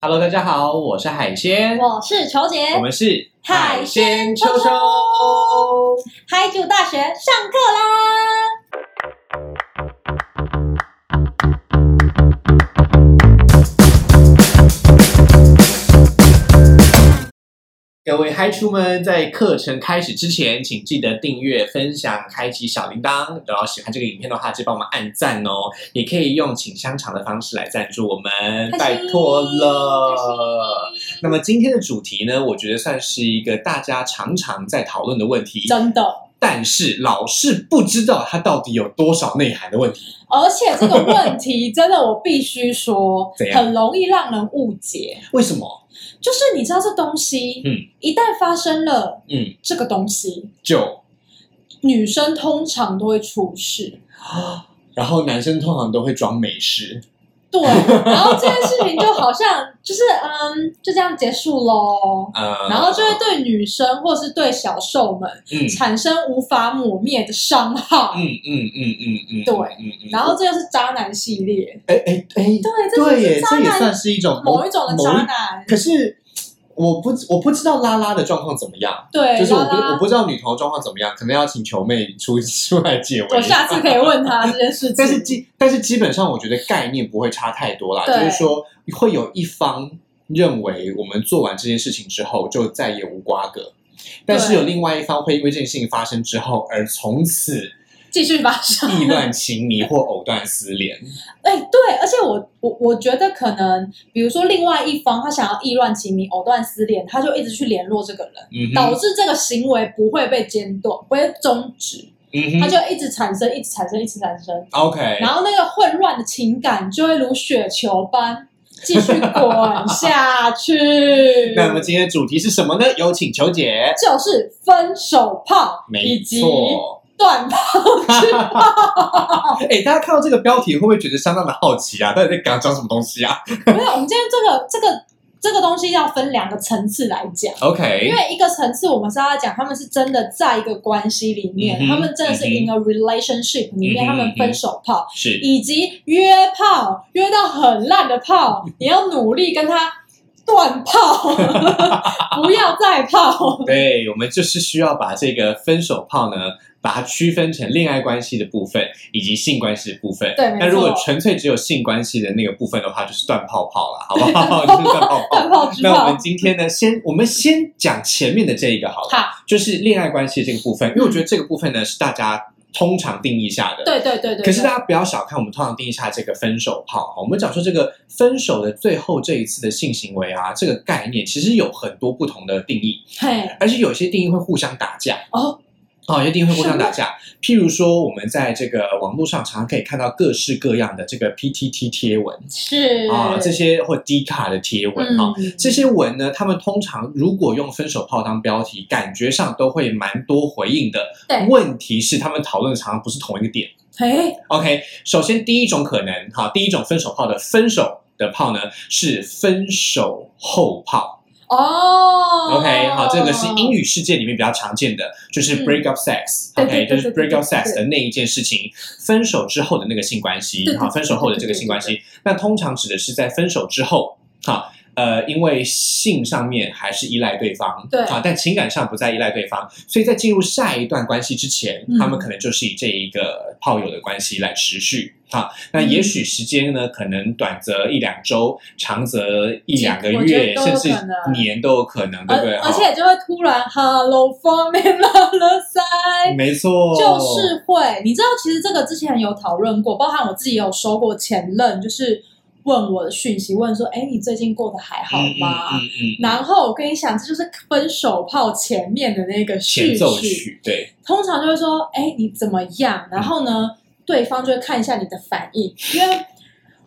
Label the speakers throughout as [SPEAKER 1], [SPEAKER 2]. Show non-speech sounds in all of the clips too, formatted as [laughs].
[SPEAKER 1] Hello，大家好，我是海鲜，
[SPEAKER 2] [laughs] 我是球姐，
[SPEAKER 1] 我们是
[SPEAKER 2] 海鲜秋秋嗨住大学上课啦！
[SPEAKER 1] 各位嗨出们，在课程开始之前，请记得订阅、分享、开启小铃铛。然后喜欢这个影片的话，记得帮我们按赞哦。也可以用请香肠的方式来赞助我们，
[SPEAKER 2] 开
[SPEAKER 1] 拜
[SPEAKER 2] 心
[SPEAKER 1] 托了。那么今天的主题呢，我觉得算是一个大家常常在讨论的问题，
[SPEAKER 2] 真的，
[SPEAKER 1] 但是老是不知道它到底有多少内涵的问题。
[SPEAKER 2] 而且这个问题真的，我必须说
[SPEAKER 1] [laughs] 怎，样
[SPEAKER 2] 很容易让人误解。
[SPEAKER 1] 为什么？
[SPEAKER 2] 就是你知道这东西，
[SPEAKER 1] 嗯，
[SPEAKER 2] 一旦发生了
[SPEAKER 1] 嗯，
[SPEAKER 2] 这个东西，
[SPEAKER 1] 就
[SPEAKER 2] 女生通常都会出事。
[SPEAKER 1] 然后男生通常都会装没事， [laughs]
[SPEAKER 2] 对，然后这件事情就好像就是嗯，就这样结束喽。
[SPEAKER 1] 呃，
[SPEAKER 2] 然后就会对女生或是对小兽们
[SPEAKER 1] 嗯
[SPEAKER 2] 产生无法抹灭的伤害。
[SPEAKER 1] 嗯嗯嗯嗯嗯，
[SPEAKER 2] 对
[SPEAKER 1] 嗯嗯，
[SPEAKER 2] 然后这就是渣男系列，
[SPEAKER 1] 哎哎哎，
[SPEAKER 2] 对，这
[SPEAKER 1] 对
[SPEAKER 2] 就是
[SPEAKER 1] 耶，
[SPEAKER 2] 渣
[SPEAKER 1] 这也
[SPEAKER 2] 男
[SPEAKER 1] 算是一种
[SPEAKER 2] 某一种的
[SPEAKER 1] 某
[SPEAKER 2] 渣男，
[SPEAKER 1] 可是我不我不知道拉拉的状况怎么样，
[SPEAKER 2] 对，
[SPEAKER 1] 就是我不
[SPEAKER 2] 拉拉
[SPEAKER 1] 我不知道女头的状况怎么样，可能要请球妹出出来解围。
[SPEAKER 2] 我下次可以问他这件事情，
[SPEAKER 1] 但是基但是基本上，我觉得概念不会差太多啦。就
[SPEAKER 2] 对
[SPEAKER 1] 是说，会有一方认为我们做完这件事情之后就再也无瓜葛，但是有另外一方会因为这件事情发生之后而从此
[SPEAKER 2] 继续发生。
[SPEAKER 1] 意乱情迷或藕断丝连。
[SPEAKER 2] 哎，对，而且我我我觉得可能，比如说另外一方他想要意乱情迷、藕断丝连，他就一直去联络这个人，
[SPEAKER 1] 嗯
[SPEAKER 2] 导
[SPEAKER 1] 哼，
[SPEAKER 2] 致这个行为不会被间断，不会终止，
[SPEAKER 1] 嗯
[SPEAKER 2] 他
[SPEAKER 1] 哼
[SPEAKER 2] 就一直产生，一直产生，一直产生，
[SPEAKER 1] ，OK，。
[SPEAKER 2] 然后那个混乱的情感就会如雪球般继续滚下去
[SPEAKER 1] 那么今天的主题是什么呢？有请球姐。
[SPEAKER 2] 就是分手炮以
[SPEAKER 1] 没
[SPEAKER 2] 及
[SPEAKER 1] 错，
[SPEAKER 2] 断炮。哦
[SPEAKER 1] 哎、大家看到这个标题会不会觉得相当的好奇啊？到底在讲讲什么东西啊
[SPEAKER 2] [laughs] 没有，我们今天这个这个这个东西要分两个层次来讲。因
[SPEAKER 1] ？OK，
[SPEAKER 2] 为一个层次，我们是要讲他们是真的在一个关系里面，
[SPEAKER 1] 嗯哼
[SPEAKER 2] 他们真的是
[SPEAKER 1] 嗯哼
[SPEAKER 2] in a relationship 里面，
[SPEAKER 1] 嗯哼
[SPEAKER 2] 他们分手炮，
[SPEAKER 1] 是
[SPEAKER 2] 以及约炮，约到很烂的炮，你要努力跟他断炮， [laughs] 不要再炮。
[SPEAKER 1] 对，我们就是需要把这个分手炮呢，把它区分成恋爱关系的部分以及性关系的部分。
[SPEAKER 2] 对没错
[SPEAKER 1] 那如果纯粹只有性关系的那个部分的话，就是断泡泡 [laughs] 了，好不好？就是断泡
[SPEAKER 2] 断 [laughs]
[SPEAKER 1] 泡。
[SPEAKER 2] 炮之
[SPEAKER 1] 哦那我
[SPEAKER 2] 炮
[SPEAKER 1] 们，今天呢，先我们先讲前面的这一个好了，
[SPEAKER 2] 好，嗯
[SPEAKER 1] 就是恋爱关系这个部分，因为我觉得这个部分呢是大家通常定义下的。
[SPEAKER 2] 对对对对。
[SPEAKER 1] 可是
[SPEAKER 2] 对
[SPEAKER 1] 大家不要小看我们通常定义下这个分手炮，我们讲说这个分手的最后这一次的性行为啊，这个概念其实有很多不同的定义，
[SPEAKER 2] 嘿，
[SPEAKER 1] 而且有些定义会互相打架。
[SPEAKER 2] 哦，
[SPEAKER 1] 哦，有些定义会互相打架。譬如说，我们在这个网络上常常可以看到各式各样的这个 PTT 贴文
[SPEAKER 2] 是
[SPEAKER 1] 啊、这些或低卡的贴文啊、
[SPEAKER 2] 嗯
[SPEAKER 1] 这些文呢，他们通常如果用分手炮当标题，感觉上都会蛮多回应的。
[SPEAKER 2] 对
[SPEAKER 1] 问题是他们讨论的常常不是同一个点。
[SPEAKER 2] 嘿，
[SPEAKER 1] OK，首先第一种可能哈，第一种分手炮的分手的炮呢是分手后炮。
[SPEAKER 2] 哦
[SPEAKER 1] OK，好，这个是英语世界里面比较常见的，就是
[SPEAKER 2] 嗯
[SPEAKER 1] break up sex、
[SPEAKER 2] 对
[SPEAKER 1] OK，
[SPEAKER 2] 对
[SPEAKER 1] 就
[SPEAKER 2] 对
[SPEAKER 1] 是
[SPEAKER 2] 对对
[SPEAKER 1] break up
[SPEAKER 2] 对
[SPEAKER 1] sex 的那一件事情，分手之后的那个性关系
[SPEAKER 2] 对，对
[SPEAKER 1] 哈，
[SPEAKER 2] 对
[SPEAKER 1] 分手后的这个性关系，那通常指的是在分手之后，哈。呃，因为性上面还是依赖对方，
[SPEAKER 2] 对
[SPEAKER 1] 啊，但情感上不再依赖对方，所以在进入下一段关系之前，
[SPEAKER 2] 嗯
[SPEAKER 1] 他们可能就是以这一个炮友的关系来持续啊。那
[SPEAKER 2] 嗯
[SPEAKER 1] 也许时间呢，可能短则一两周，长则一两个
[SPEAKER 2] 我觉得
[SPEAKER 1] 月，
[SPEAKER 2] 都有
[SPEAKER 1] 甚至
[SPEAKER 2] 可能
[SPEAKER 1] 年都有可能，对不对？
[SPEAKER 2] 而而
[SPEAKER 1] 哈
[SPEAKER 2] 且就会突然 Hello falling love 塞，
[SPEAKER 1] 哦没错，
[SPEAKER 2] 就是会，你知道，其实这个之前有讨论过，包含我自己也有收过前任，就是问我的讯息，问说，哎，你最近过得还好吗？
[SPEAKER 1] 嗯嗯嗯嗯
[SPEAKER 2] 然后我跟你讲，这就是分手炮前面的那个序
[SPEAKER 1] 前奏
[SPEAKER 2] 曲，
[SPEAKER 1] 曲，对，
[SPEAKER 2] 通常就会说，哎，你怎么样？然后呢，对方就会看一下你的反应，因为。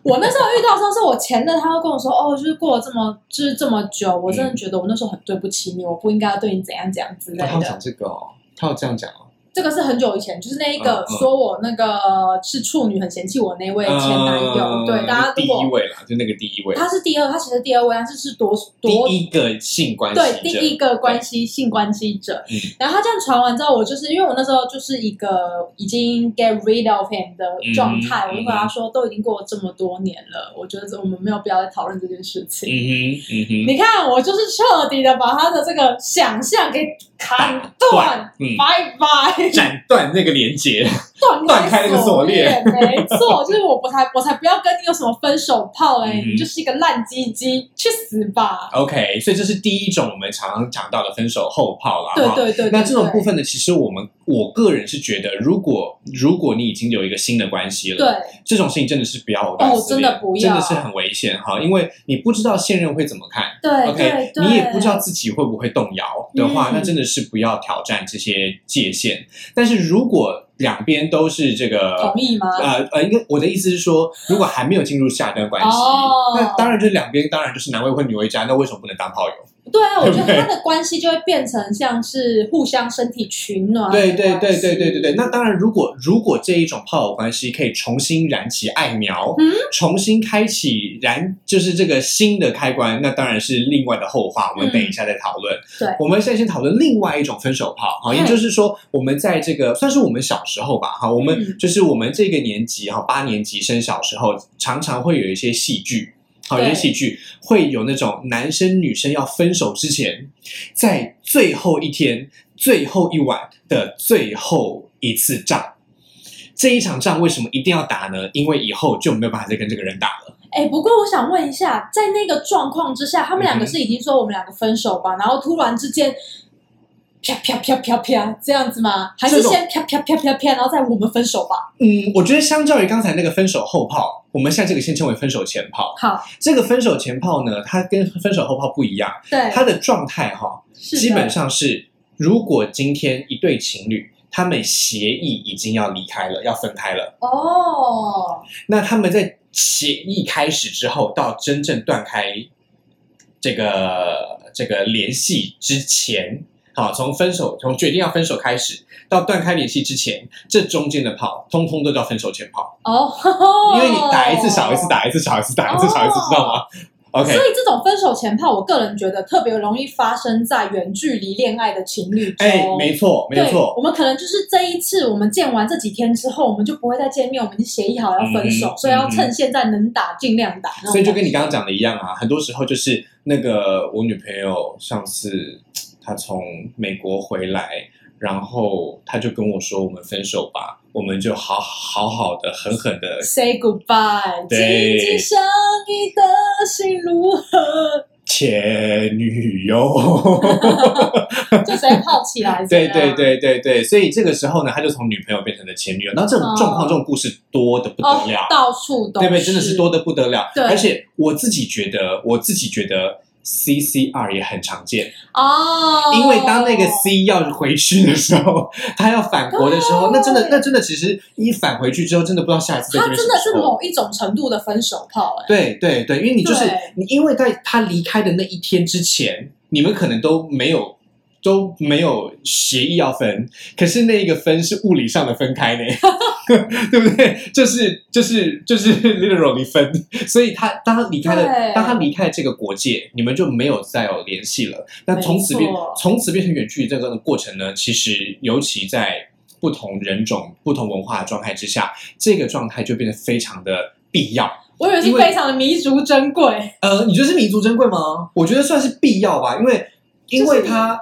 [SPEAKER 2] 我那时候遇到的时候，是我前任，他会跟我说：“哦，就是过了这么，就是这么久，我真的觉得我那时候很对不起你，我不应该要对你怎样怎样之类
[SPEAKER 1] 那他要
[SPEAKER 2] 的。
[SPEAKER 1] 讲这个哦，他要这样讲哦，”
[SPEAKER 2] 这个是很久以前，就是那一个
[SPEAKER 1] 嗯嗯
[SPEAKER 2] 说我那个是处女很嫌弃我那位前男友，
[SPEAKER 1] 嗯
[SPEAKER 2] 对大家
[SPEAKER 1] 第
[SPEAKER 2] 如
[SPEAKER 1] 一
[SPEAKER 2] 果
[SPEAKER 1] 位啦，就那个第一位，
[SPEAKER 2] 他是第二，他其实第二位，但是是多
[SPEAKER 1] 第
[SPEAKER 2] 多
[SPEAKER 1] 一个性关系
[SPEAKER 2] 对第一
[SPEAKER 1] 者
[SPEAKER 2] 个关系性关系者
[SPEAKER 1] 嗯。
[SPEAKER 2] 然后他这样传完之后，我就是因为我那时候就是一个已经 get rid of him 的状态，
[SPEAKER 1] 嗯
[SPEAKER 2] 我就跟他说，都已经过了这么多年了，我觉得我们没有必要再讨论这件事情。
[SPEAKER 1] 嗯哼嗯哼，
[SPEAKER 2] 你看，我就是彻底的把他的这个想象给砍断，
[SPEAKER 1] 嗯，
[SPEAKER 2] 拜拜。
[SPEAKER 1] 斩断那个连接，
[SPEAKER 2] 断
[SPEAKER 1] 断开那个锁链
[SPEAKER 2] 链，没错，就是我不才我才不要跟你有什么分手炮嘞、
[SPEAKER 1] 嗯哼
[SPEAKER 2] 你就是一个烂鸡鸡，去死吧！
[SPEAKER 1] [laughs] OK，所以这是第一种我们常常讲到的分手后炮啦。
[SPEAKER 2] 对
[SPEAKER 1] 哈
[SPEAKER 2] 对对对
[SPEAKER 1] 那这种
[SPEAKER 2] 对
[SPEAKER 1] 部分呢，其实我们我个人是觉得，如果如果你已经有一个新的关系了，
[SPEAKER 2] 对，
[SPEAKER 1] 这种事情真的是不要藕断
[SPEAKER 2] 哦
[SPEAKER 1] 丝连
[SPEAKER 2] 真的不要
[SPEAKER 1] 真的是很危险哈，因为你不知道现任会怎么看。
[SPEAKER 2] 对
[SPEAKER 1] OK，
[SPEAKER 2] 对对，
[SPEAKER 1] 你也不知道自己会不会动摇的话，
[SPEAKER 2] 嗯
[SPEAKER 1] 那真的是不要挑战这些界限。但是如果两边都是这个
[SPEAKER 2] [laughs] 同意吗？
[SPEAKER 1] 呃呃，应该我的意思是说，如果还没有进入下一段关系，
[SPEAKER 2] 哦
[SPEAKER 1] 那当然就是两边当然就是男未婚女未嫁，那为什么不能当炮友？
[SPEAKER 2] 对啊，我觉
[SPEAKER 1] 对
[SPEAKER 2] 得他的关系就会变成像是互相身体取暖啊的关
[SPEAKER 1] 对
[SPEAKER 2] 系。
[SPEAKER 1] 对对对对对对。那当然，如果如果这一种炮友关系可以重新燃起爱苗，
[SPEAKER 2] 嗯
[SPEAKER 1] 重新开启燃，就是这个新的开关，那当然是另外的后话，我们
[SPEAKER 2] 嗯
[SPEAKER 1] 等一下再讨论。
[SPEAKER 2] 对
[SPEAKER 1] 我们现在先讨论另外一种分手炮，好，也
[SPEAKER 2] 嗯
[SPEAKER 1] 就是说，我们在这个算是我们小时候吧，哈，我们、
[SPEAKER 2] 嗯
[SPEAKER 1] 就是我们这个年级哈，八年级生小时候，常常会有一些戏剧。好，有一些
[SPEAKER 2] 对
[SPEAKER 1] 戏剧会有那种男生女生要分手之前，在最后一天、最后一晚的最后一次仗。这一场仗为什么一定要打呢？因为以后就没有办法再跟这个人打了。
[SPEAKER 2] 哎，不过我想问一下，在那个状况之下，他们两个是已经说我们两个分手吧，然后突然之间。啪啪啪啪啪，这样子吗？还是
[SPEAKER 1] 这种
[SPEAKER 2] 先啪啪啪啪啪，然后再我们分手吧？
[SPEAKER 1] 嗯，我觉得相较于刚才那个分手后炮，我们现在这个先称为分手前炮。
[SPEAKER 2] 好，
[SPEAKER 1] 这个分手前炮呢，它跟分手后炮不一样，
[SPEAKER 2] 对，
[SPEAKER 1] 它的状态哈、
[SPEAKER 2] 是的
[SPEAKER 1] 基本上是，如果今天一对情侣他们协议已经要离开了，要分开了，
[SPEAKER 2] 哦，
[SPEAKER 1] 那他们在协议开始之后到真正断开这个这个联系之前，好，从分手从决定要分手开始到断开联系之前，这中间的炮通通都叫分手前炮，
[SPEAKER 2] 哦，
[SPEAKER 1] 因为你打一次少一次，打一次少一次打一次少一次，
[SPEAKER 2] 哦
[SPEAKER 1] 知道吗？OK，
[SPEAKER 2] 所以这种分手前炮，我个人觉得特别容易发生在远距离恋爱的情侣中。
[SPEAKER 1] 哎，没错没
[SPEAKER 2] 对
[SPEAKER 1] 错，
[SPEAKER 2] 我们可能就是这一次，我们见完这几天之后，我们就不会再见面，我们已经协议好要分手，
[SPEAKER 1] 嗯
[SPEAKER 2] 所以要趁现在能打尽量打。
[SPEAKER 1] 所以就跟你刚刚讲的一样啊，很多时候就是那个我女朋友上次她从美国回来，然后她就跟我说我们分手吧，我们就好好好的狠狠的
[SPEAKER 2] say goodbye，
[SPEAKER 1] 对
[SPEAKER 2] 紧紧相依的心如何？
[SPEAKER 1] 前女
[SPEAKER 2] [laughs]
[SPEAKER 1] 友。
[SPEAKER 2] 就谁啊泡起来？
[SPEAKER 1] 对
[SPEAKER 2] 这
[SPEAKER 1] 对
[SPEAKER 2] 样。
[SPEAKER 1] 对对对，所以这个时候呢，她就从女朋友变成了前女友。那这种状况，
[SPEAKER 2] 哦
[SPEAKER 1] 这种故事多的不
[SPEAKER 2] 哦
[SPEAKER 1] 得了，，
[SPEAKER 2] 到处都
[SPEAKER 1] 对不对？真的是多的不得了。
[SPEAKER 2] 对
[SPEAKER 1] 而且我自己觉得，我自己觉得 CCR 也很常见。
[SPEAKER 2] 哦，
[SPEAKER 1] 因为当那个 C 要回去的时候，他要返国的时候，那真的，那真的，其实一返回去之后，真的不知道下一次在
[SPEAKER 2] 他
[SPEAKER 1] 这边
[SPEAKER 2] 真
[SPEAKER 1] 什
[SPEAKER 2] 的
[SPEAKER 1] 么
[SPEAKER 2] 是
[SPEAKER 1] 时候。
[SPEAKER 2] 某一种程度的分手炮、哎，
[SPEAKER 1] 对对对，因为你就是
[SPEAKER 2] 对
[SPEAKER 1] 你，因为在他离开的那一天之前，你们可能都没有都没有协议要分，可是那一个分是物理上的分开呢， [laughs] 对不对？就是就是就是 literally 分，所以他当他离开了，
[SPEAKER 2] 对
[SPEAKER 1] 当他离开了这个国界，你们就没有再有联系了。那从此变
[SPEAKER 2] 没错
[SPEAKER 1] 从此变成远距离这个过程呢，其实尤其在不同人种、不同文化的状态之下，这个状态就变得非常的必要。
[SPEAKER 2] 我以为是
[SPEAKER 1] 因为
[SPEAKER 2] 非常的弥足珍贵，
[SPEAKER 1] 呃，你觉得是弥足珍贵吗？我觉得算是必要吧，因为因为他、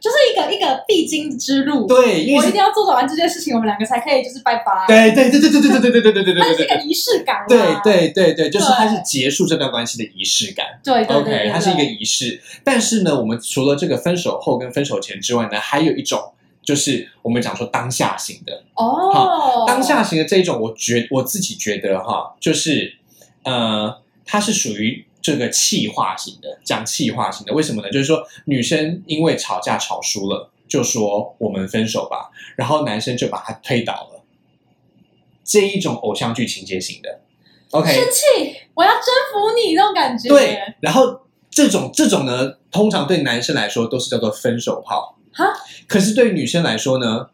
[SPEAKER 2] 就是一个一个必经之路。
[SPEAKER 1] 对，因
[SPEAKER 2] 我
[SPEAKER 1] 为
[SPEAKER 2] 一
[SPEAKER 1] 是
[SPEAKER 2] 定要做完这件事情，我们两个才可以就是拜拜。，
[SPEAKER 1] 对对对对对对对对对对对对
[SPEAKER 2] 它
[SPEAKER 1] 对
[SPEAKER 2] 是一
[SPEAKER 1] 对
[SPEAKER 2] 个仪式感嘛。
[SPEAKER 1] 对对对对，就是
[SPEAKER 2] 对
[SPEAKER 1] 它是结束这段关系的仪式感。
[SPEAKER 2] 对对对
[SPEAKER 1] OK，
[SPEAKER 2] 对，
[SPEAKER 1] 它是一个仪式。但是呢，我们除了这个分手后跟分手前之外呢，还有一种就是我们讲说当下型的，
[SPEAKER 2] 哦，
[SPEAKER 1] 当下型的这一种，我觉我自己觉得哈，就是呃，它是属于这个气化型的，讲气化型的。为什么呢？就是说女生因为吵架吵输了，就说我们分手吧，然后男生就把她推倒了，这一种偶像剧情节型的。OK，
[SPEAKER 2] 生气，我要征服你那种感觉。
[SPEAKER 1] 对，然后这种这种呢，通常对男生来说都是叫做分手炮
[SPEAKER 2] 哈，
[SPEAKER 1] 可是对女生来说呢，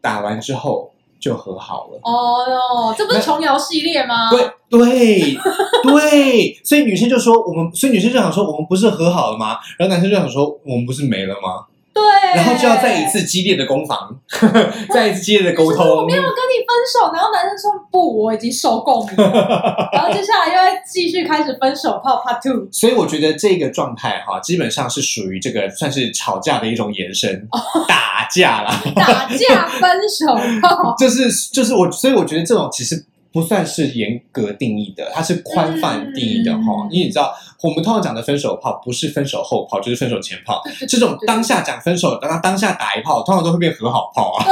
[SPEAKER 1] 打完之后就和好了。
[SPEAKER 2] 哦哟，这不是琼瑶系列吗？
[SPEAKER 1] 对对对，所以女生就说我们，所以女生就想说我们不是和好了吗？然后男生就想说我们不是没了吗？
[SPEAKER 2] 对，
[SPEAKER 1] 然后就要再一次激烈的攻防， [laughs] 再一次激烈的沟
[SPEAKER 2] 就是我
[SPEAKER 1] 通
[SPEAKER 2] 没。有跟你分手，然后男生说不，我已经受够
[SPEAKER 1] [laughs]
[SPEAKER 2] 你了，然后接下来又要继续开始分手炮 Part Two。
[SPEAKER 1] 所以我觉得这个状态哈，基本上是属于这个算是吵架的一种延伸，
[SPEAKER 2] 哦
[SPEAKER 1] 打架啦。
[SPEAKER 2] 打架分手炮，
[SPEAKER 1] [laughs] 就是就是我，所以我觉得这种其实不算是严格定义的，它是宽泛定义的哈、
[SPEAKER 2] 嗯
[SPEAKER 1] 因为你知道，我们通常讲的分手炮不是分手后炮，就是分手前炮。
[SPEAKER 2] 对
[SPEAKER 1] 这种当下讲分手，当他当下打一炮，通常都会变和好炮啊。。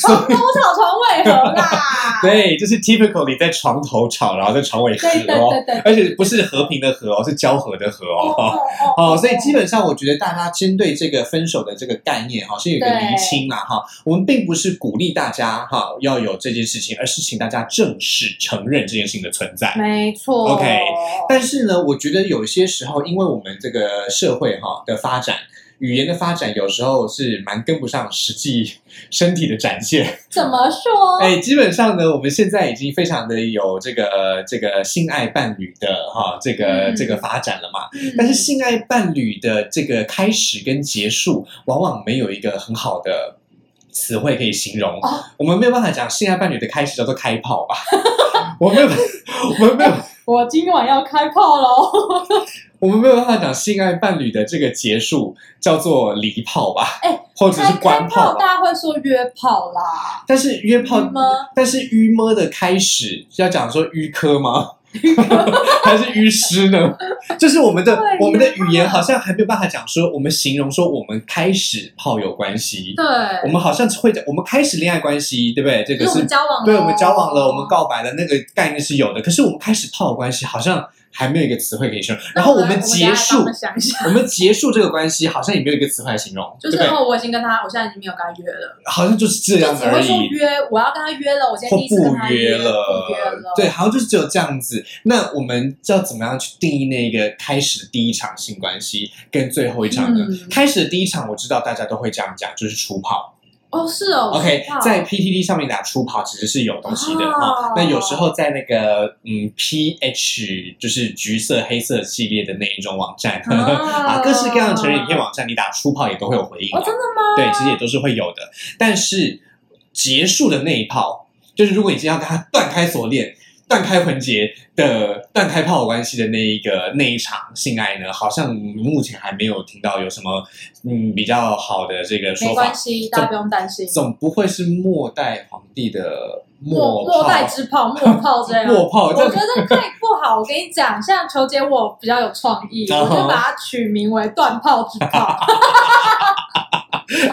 [SPEAKER 2] 床头吵床尾和啦
[SPEAKER 1] [laughs] 对，就是 typically 在床头吵，然后在床尾和
[SPEAKER 2] [laughs] 对对
[SPEAKER 1] 哦，
[SPEAKER 2] 对对，
[SPEAKER 1] 而且不是和平的和哦，是交合的和
[SPEAKER 2] [laughs]
[SPEAKER 1] 哦。哦，所以基本上我觉得大家针对这个分手的这个概念哈，先有一个
[SPEAKER 2] 对
[SPEAKER 1] 厘清啦哈。我们并不是鼓励大家哈要有这件事情，而是请大家正视承认这件事情的存在。
[SPEAKER 2] 没错。
[SPEAKER 1] OK 但是呢，我觉得有些时候，因为我们这个社会哈的发展，语言的发展有时候是蛮跟不上实际身体的展现。
[SPEAKER 2] 怎么说？
[SPEAKER 1] 哎，基本上呢，我们现在已经非常的有这个、呃、这个性爱伴侣的哈、这个、
[SPEAKER 2] 嗯
[SPEAKER 1] 这个发展了嘛。
[SPEAKER 2] 嗯
[SPEAKER 1] 但是性爱伴侣的这个开始跟结束，往往没有一个很好的词汇可以形容。
[SPEAKER 2] 哦
[SPEAKER 1] 我们没有办法讲性爱伴侣的开始叫做开炮
[SPEAKER 2] [laughs]
[SPEAKER 1] 吧？我没有办，我们没有，
[SPEAKER 2] 我今晚要开炮喽！
[SPEAKER 1] 我们没有办法讲性爱伴侣的这个结束叫做离炮吧？
[SPEAKER 2] 哎
[SPEAKER 1] 或者
[SPEAKER 2] 开
[SPEAKER 1] 是关
[SPEAKER 2] 开炮，
[SPEAKER 1] 吧？
[SPEAKER 2] 大家会说约炮啦，
[SPEAKER 1] 但是约炮
[SPEAKER 2] 吗？
[SPEAKER 1] 但是淤么的开始要讲说淤科吗？ [laughs] 还是淤湿呢？就是我们的
[SPEAKER 2] 对
[SPEAKER 1] 我们的语言好像还没有办法讲说，我们形容说我们开始炮友关系，
[SPEAKER 2] 对，
[SPEAKER 1] 我们好像会讲我们开始恋爱关系，对不对？这
[SPEAKER 2] 就
[SPEAKER 1] 个
[SPEAKER 2] 是我
[SPEAKER 1] 是
[SPEAKER 2] 们交往了，
[SPEAKER 1] 对我们交往了，我们告白了，那个概念是有的。可是我们开始炮友关系好像还没有一个词汇可以形容，然后
[SPEAKER 2] 那我
[SPEAKER 1] 们结束
[SPEAKER 2] 我们等一下帮他们，想一
[SPEAKER 1] [laughs]
[SPEAKER 2] 下，
[SPEAKER 1] 我们结束这个关系好像也没有一个词汇来形容，
[SPEAKER 2] 就
[SPEAKER 1] 对
[SPEAKER 2] 是
[SPEAKER 1] 不对？
[SPEAKER 2] 哦，我已经跟他，我现在已经没有跟他约了，
[SPEAKER 1] 好像就是这
[SPEAKER 2] 就
[SPEAKER 1] 样
[SPEAKER 2] 只
[SPEAKER 1] 而
[SPEAKER 2] 会说
[SPEAKER 1] 已。
[SPEAKER 2] 约，我要跟他约了，我今
[SPEAKER 1] 或
[SPEAKER 2] 天第一次跟
[SPEAKER 1] 不
[SPEAKER 2] 他
[SPEAKER 1] 约了，
[SPEAKER 2] 不约了，
[SPEAKER 1] 对，，好像就是只有这样子。那我们要怎么样去定义那个开始的第一场性关系跟最后一场呢？
[SPEAKER 2] 嗯
[SPEAKER 1] 开始的第一场，我知道大家都会这样讲，就是初跑。
[SPEAKER 2] 哦，是哦
[SPEAKER 1] OK，
[SPEAKER 2] 我知道
[SPEAKER 1] 在 PTT 上面打初跑其实是有东西的
[SPEAKER 2] 哦
[SPEAKER 1] 哈、那有时候在那个嗯 PH 就是橘色黑色系列的那一种网站。啊，
[SPEAKER 2] 啊
[SPEAKER 1] 各式各样的成人影片网站，你打初炮也都会有回应、啊
[SPEAKER 2] 哦，真的吗？
[SPEAKER 1] 对，其实也都是会有的。但是结束的那一炮，就是如果你今天要跟他断开锁链、断开魂结的、断开炮友关系的那一个那一场性爱呢，好像目前还没有听到有什么嗯比较好的这个
[SPEAKER 2] 没
[SPEAKER 1] 说
[SPEAKER 2] 关
[SPEAKER 1] 法。
[SPEAKER 2] 系，大家不用担心。
[SPEAKER 1] 总不会是末代皇帝的
[SPEAKER 2] 末
[SPEAKER 1] 末
[SPEAKER 2] 末代
[SPEAKER 1] 炮？[laughs]
[SPEAKER 2] 之炮，末炮这样。
[SPEAKER 1] 末炮
[SPEAKER 2] 我
[SPEAKER 1] 这
[SPEAKER 2] 觉得太不好。我跟你讲，像球姐我比较有创
[SPEAKER 1] [laughs]
[SPEAKER 2] 意，
[SPEAKER 1] 然
[SPEAKER 2] 我
[SPEAKER 1] 后
[SPEAKER 2] 就把它取名为“断炮之炮
[SPEAKER 1] [laughs]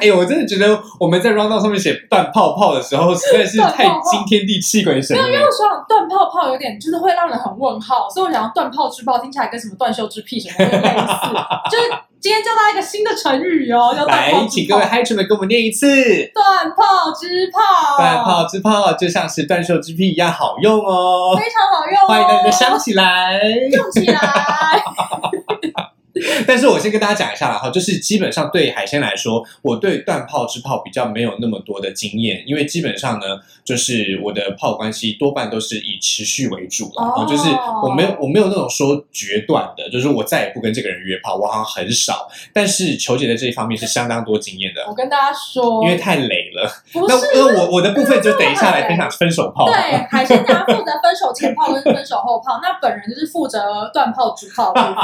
[SPEAKER 1] 哎、我真的觉得我们在 round down 上面写断炮炮的时候，实在是
[SPEAKER 2] [laughs] 断
[SPEAKER 1] 太
[SPEAKER 2] 炮炮
[SPEAKER 1] 惊天地泣 [laughs] 鬼神”。
[SPEAKER 2] 没
[SPEAKER 1] 了
[SPEAKER 2] 有，。因为我想断炮炮有点就是会让人很问号，所以我想要断炮之炮听起来跟什么断袖之癖什么有点类
[SPEAKER 1] [laughs]
[SPEAKER 2] 似。就是今天教大家一个新的成语哦，叫断炮
[SPEAKER 1] 来，
[SPEAKER 2] 之
[SPEAKER 1] 哎请各位
[SPEAKER 2] 炮。
[SPEAKER 1] 嗨 i 们跟我们念一次。
[SPEAKER 2] 断炮之炮，
[SPEAKER 1] 断炮之炮就像是断袖之癖一样好用哦，
[SPEAKER 2] 非常好用哦，
[SPEAKER 1] 欢迎大家想起来。
[SPEAKER 2] 用
[SPEAKER 1] [laughs]
[SPEAKER 2] 起来。
[SPEAKER 1] 但是我先跟大家讲一下啦哈，就是基本上对海鲜来说，我对断炮之炮比较没有那么多的经验，因为基本上呢，就是我的炮关系多半都是以持续为主了，
[SPEAKER 2] 哦
[SPEAKER 1] 就是我没有我没有那种说决断的，就是我再也不跟这个人约炮，我好像很少。但是球姐在这一方面是相当多经验的。
[SPEAKER 2] 我跟大家说，
[SPEAKER 1] 因为太累了，
[SPEAKER 2] 哦不
[SPEAKER 1] 那
[SPEAKER 2] 是
[SPEAKER 1] 那我我的部分就等一下来分享分手炮。
[SPEAKER 2] 对，海鲜家负责分手前炮跟分手后
[SPEAKER 1] [laughs]
[SPEAKER 2] 炮，那本人就是负责断炮主炮的部分。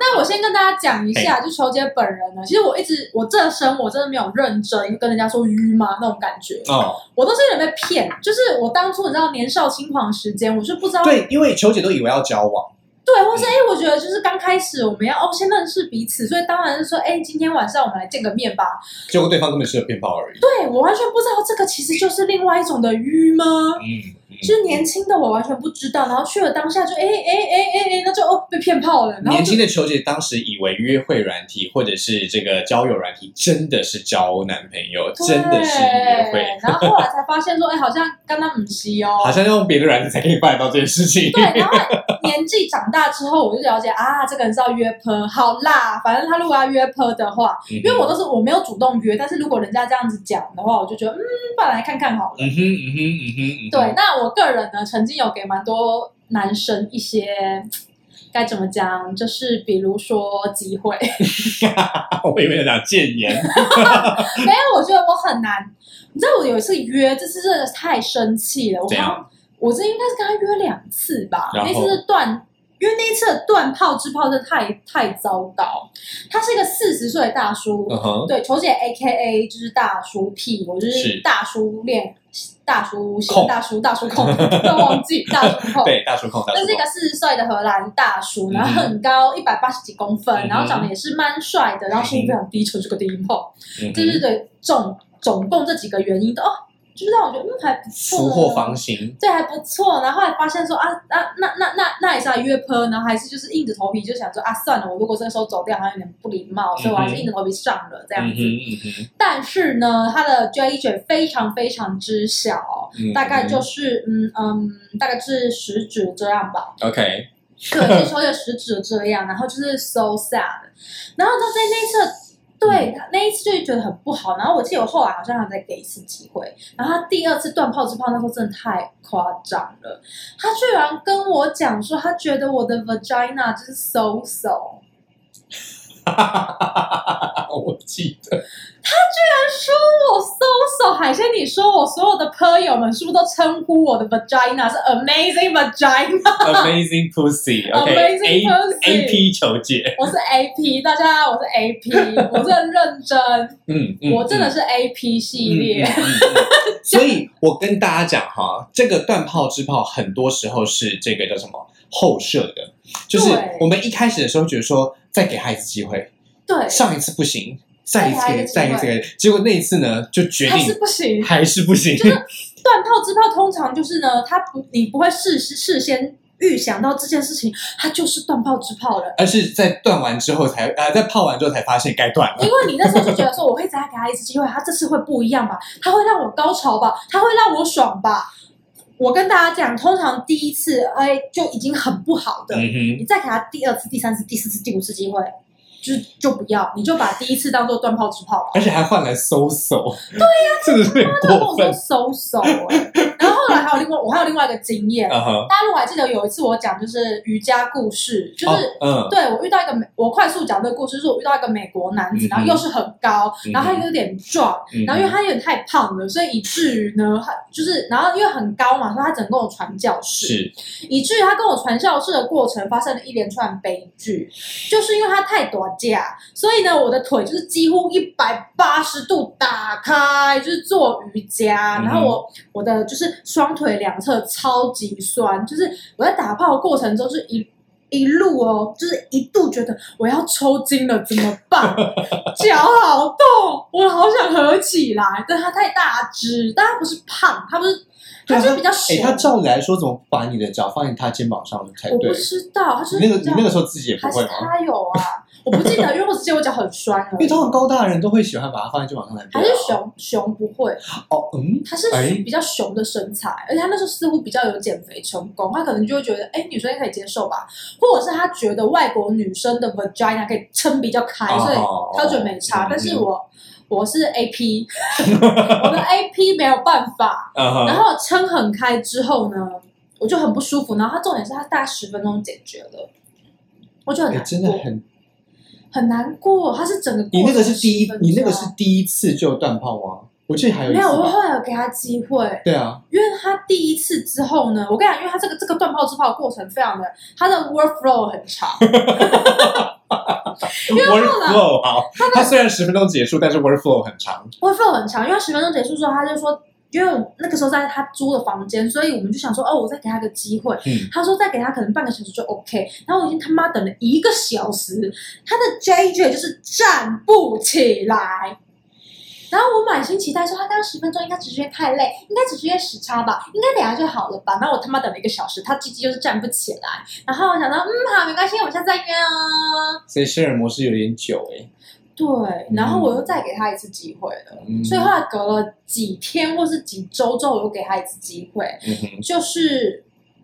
[SPEAKER 2] 那我先跟大家讲一下，就球姐本人呢，其实我一直我这生我真的没有认真跟人家说晕吗那种感觉，
[SPEAKER 1] 哦，
[SPEAKER 2] 我都是有点被骗。就是我当初你知道年少轻狂时间，我是不知道
[SPEAKER 1] 对，因为球姐都以为要交往。
[SPEAKER 2] 对，或是哎、诶我觉得就是刚开始我们要哦先认识彼此，所以当然是说哎、诶今天晚上我们来见个面吧。
[SPEAKER 1] 结果对方根本是个骗炮而已。
[SPEAKER 2] 对我完全不知道这个其实就是另外一种的晕吗？
[SPEAKER 1] 嗯，嗯
[SPEAKER 2] 就是年轻的我完全不知道，然后去了当下就哎哎哎哎哎，那就哦被骗炮了，然后
[SPEAKER 1] 年
[SPEAKER 2] 就
[SPEAKER 1] 轻的球姐当时以为约会软体或者是这个交友软体真的是交男朋友，
[SPEAKER 2] 对
[SPEAKER 1] 真的是约会，
[SPEAKER 2] 然后后来才发现说，哎，好像刚刚唔是哦，
[SPEAKER 1] 好像用别的软体才可以办得到这件事情。嗯
[SPEAKER 2] 对，然后年纪长大之后，我就了解啊，这个人是要约炮，好啦，反正他如果要约炮的话，
[SPEAKER 1] 因
[SPEAKER 2] 因为我都是我没有主动约，但是如果人家这样子讲的话，我就觉得嗯，不然来看看好了。
[SPEAKER 1] 嗯哼嗯哼嗯哼嗯哼， [laughs]
[SPEAKER 2] 对，那我个人呢，曾经有给蛮多男生一些。该怎么讲？就是比如说机会，
[SPEAKER 1] 啊我以为要讲谏
[SPEAKER 2] [laughs]
[SPEAKER 1] 言，
[SPEAKER 2] 没有，我觉得我很难。你知道我有一次约，这次真的太生气了。我
[SPEAKER 1] 怎样
[SPEAKER 2] 刚我这应该是跟他约两次吧，
[SPEAKER 1] 然
[SPEAKER 2] 那
[SPEAKER 1] 后
[SPEAKER 2] 次是断。因为那一次的断炮之炮真的太太糟糕，他是一个四十岁的大叔，
[SPEAKER 1] 嗯哼，
[SPEAKER 2] 对，球姐 A K A 就是大叔屁，我就是是大叔恋，大叔喜
[SPEAKER 1] 控
[SPEAKER 2] 大叔
[SPEAKER 1] [laughs]
[SPEAKER 2] 大叔控，都忘记大叔控。
[SPEAKER 1] 对，大叔控，大
[SPEAKER 2] 这
[SPEAKER 1] 叔
[SPEAKER 2] 是一
[SPEAKER 1] 控
[SPEAKER 2] 个，四十岁的荷兰大叔，
[SPEAKER 1] 嗯
[SPEAKER 2] 然后
[SPEAKER 1] 哼
[SPEAKER 2] 很高，一百八十几公分，
[SPEAKER 1] 嗯哼
[SPEAKER 2] 然后长得也是蛮帅的，
[SPEAKER 1] [laughs]
[SPEAKER 2] 然后性格很低沉，这个低炮，
[SPEAKER 1] 嗯哼
[SPEAKER 2] 这是对总总共这几个原因的哦，就是让我觉得嗯还不错，
[SPEAKER 1] 俘获方形，
[SPEAKER 2] 对，还不错。然后后来发现说啊啊，那那那那也是要约炮，然后还是就是硬着头皮就想说啊，算了，我如果这个时候走掉，好像有点不礼貌，所以我还
[SPEAKER 1] 嗯
[SPEAKER 2] 是
[SPEAKER 1] 哼
[SPEAKER 2] 硬着头皮上了这样
[SPEAKER 1] 嗯
[SPEAKER 2] 子。
[SPEAKER 1] 哼嗯哼
[SPEAKER 2] 但是呢，它的 J 卷非常非常之小，哦
[SPEAKER 1] 嗯哼，
[SPEAKER 2] 大概就是嗯嗯，大概是食指这样吧，
[SPEAKER 1] OK，
[SPEAKER 2] 对，是说有食指这样，然后就是 so sad。然后到在那一次，对
[SPEAKER 1] 嗯
[SPEAKER 2] 那一次就觉得很不好。然后我记得我后来好像还再给一次机会，然后他第二次断炮之炮那时候真的太夸张了，他居然跟我讲说他觉得我的 vagina 就是 so so。
[SPEAKER 1] [laughs] 我记得，
[SPEAKER 2] 说我搜搜海鲜，你说我所有的朋友们是不是都称呼我的 vagina 是 amazing vagina？
[SPEAKER 1] Amazing Pussy，OK，A
[SPEAKER 2] Amazing
[SPEAKER 1] A
[SPEAKER 2] Pussy
[SPEAKER 1] P 球姐，
[SPEAKER 2] 我是 AP，大家我是 AP，我真的认真，
[SPEAKER 1] 嗯，嗯
[SPEAKER 2] 我真
[SPEAKER 1] 嗯
[SPEAKER 2] 的是 AP 系列。
[SPEAKER 1] 嗯嗯嗯嗯 [laughs] 所以，我跟大家讲哈，这个断炮之炮很多时候是这个叫什么后设的，就是
[SPEAKER 2] 对
[SPEAKER 1] 我们一开始的时候觉得说再给他一次机会，
[SPEAKER 2] 对，
[SPEAKER 1] 上一次不行，再一次给，再
[SPEAKER 2] 再
[SPEAKER 1] 一
[SPEAKER 2] 给
[SPEAKER 1] 次
[SPEAKER 2] 他
[SPEAKER 1] 给，结果那一次呢就决
[SPEAKER 2] 还是
[SPEAKER 1] 定
[SPEAKER 2] 不行。
[SPEAKER 1] 还是不行，
[SPEAKER 2] 就是断炮之炮通常就是呢，他不，你不会事事先预想到这件事情，它就是断炮之炮了。
[SPEAKER 1] [laughs] 而是在断完之后才呃，在泡完之后才发现该断
[SPEAKER 2] 因
[SPEAKER 1] 了。
[SPEAKER 2] 为你那时候就觉得说，我会再给他一次机会，他这次会不一样吧？他会让我高潮吧？他会让我爽吧？我跟大家讲，通常第一次哎就已经很不好的，
[SPEAKER 1] 嗯
[SPEAKER 2] 你再给他第二次、第三次、第四次、第五次机会，就就不要，你就把第一次当做断炮直炮吧
[SPEAKER 1] 哼，。而且还换来搜搜，对呀、 [laughs] 这个是有点
[SPEAKER 2] 他跟我
[SPEAKER 1] 过
[SPEAKER 2] 说
[SPEAKER 1] 分。
[SPEAKER 2] 收手、哎，然后后来还有另外，我还有另外一个经验，
[SPEAKER 1] 嗯哼，
[SPEAKER 2] 大家如果还记得有一次我讲就是瑜伽故事，就是
[SPEAKER 1] 哦
[SPEAKER 2] 对我遇到一个美，我快速讲这个故事，就是我遇到一个美国男
[SPEAKER 1] 嗯
[SPEAKER 2] 子，
[SPEAKER 1] 哼
[SPEAKER 2] 然后又是很高，
[SPEAKER 1] 嗯哼
[SPEAKER 2] 然后他有点壮，
[SPEAKER 1] 嗯，
[SPEAKER 2] 然后因为他有点太胖了，所以以至于呢，他就是然后因为很高嘛，所以他只能跟我传教士，
[SPEAKER 1] 是
[SPEAKER 2] 以至于他跟我传教士的过程发生了一连串悲剧，就是因为他太短架，所以呢，我的腿就是几乎一百八十度打开，就是做瑜伽，
[SPEAKER 1] 嗯哼
[SPEAKER 2] 然后我我的就是双腿两侧超级酸，就是我在打炮的过程中就是一。一路哦，就是一度觉得我要抽筋了，怎么办？脚好痛，我好想合起来，但它太大只，但它不是胖，它不是，
[SPEAKER 1] 对
[SPEAKER 2] 它
[SPEAKER 1] 啊
[SPEAKER 2] 就是比较小。
[SPEAKER 1] 哎、他照理来说，怎么把你的脚放在他肩膀上才
[SPEAKER 2] 我
[SPEAKER 1] 哎对
[SPEAKER 2] 不？知道，他就是
[SPEAKER 1] 你那个
[SPEAKER 2] 比
[SPEAKER 1] 你
[SPEAKER 2] 较
[SPEAKER 1] 那个时候自己也不
[SPEAKER 2] 还
[SPEAKER 1] 会
[SPEAKER 2] 是
[SPEAKER 1] 吗？
[SPEAKER 2] 他有啊？我不记得，因为我只记得我脚很酸而
[SPEAKER 1] 因为
[SPEAKER 2] 已。
[SPEAKER 1] 通常高大的人都会喜欢把它放在肩膀上才对、
[SPEAKER 2] 还
[SPEAKER 1] 啊。
[SPEAKER 2] 是熊熊不会，
[SPEAKER 1] 哦，嗯，
[SPEAKER 2] 他是
[SPEAKER 1] 哎
[SPEAKER 2] 比较熊的身材，而且他那时候似乎比较有减肥成功，他可能就会觉得，哎，女生应该可以接受吧，或者是他觉得外国女生的 vagina 可以撑比较开，
[SPEAKER 1] 哦
[SPEAKER 2] 所以他就觉得没
[SPEAKER 1] 嗯
[SPEAKER 2] 差。但是我我是 AP，我的 AP 没有办法，
[SPEAKER 1] 嗯哼
[SPEAKER 2] 然后撑很开之后呢，我就很不舒服。然后他重点是他大概十分钟解决了，我就很
[SPEAKER 1] 哎
[SPEAKER 2] 难
[SPEAKER 1] 真的
[SPEAKER 2] 过，
[SPEAKER 1] 很，
[SPEAKER 2] 很难过。他是整个
[SPEAKER 1] 你那个
[SPEAKER 2] 过程
[SPEAKER 1] 是第一
[SPEAKER 2] 10分，钟
[SPEAKER 1] 你那个是第一次就断炮吗？我记得还有一
[SPEAKER 2] 没
[SPEAKER 1] 次
[SPEAKER 2] 有，我
[SPEAKER 1] 吧。
[SPEAKER 2] 后来有给他机会，
[SPEAKER 1] 对啊，
[SPEAKER 2] 因为他第一次之后呢，我跟你讲，因为他这个这个断炮自炮的过程非常的，他的 workflow 很长，因为后来
[SPEAKER 1] [laughs] workflow 好，它虽然十分钟结束，但是 workflow 很长。
[SPEAKER 2] workflow 很长，因为他十分钟结束之后，他就说。因为我那个时候在他租的房间，所以我们就想说，哦，我再给他个机会。
[SPEAKER 1] 嗯，
[SPEAKER 2] 他说再给他可能半个小时就 OK，然后我已经他妈等了一个小时，他的 JJ 就是站不起来。然后我满心期待说，他刚刚十分钟应该只是因为太累，应该只是因为时差吧，应该等一下就好了吧。然后我他妈等了一个小时，他 G G 就是站不起来。然后我想到，嗯，好，没关系，我们下次再约哦。
[SPEAKER 1] 所以生人模式有点久哎、
[SPEAKER 2] 对，然后我又再给他一次机会了。
[SPEAKER 1] 嗯，
[SPEAKER 2] 所以后来隔了几天或是几周之后，我又给他一次机会，
[SPEAKER 1] 嗯哼，
[SPEAKER 2] 就是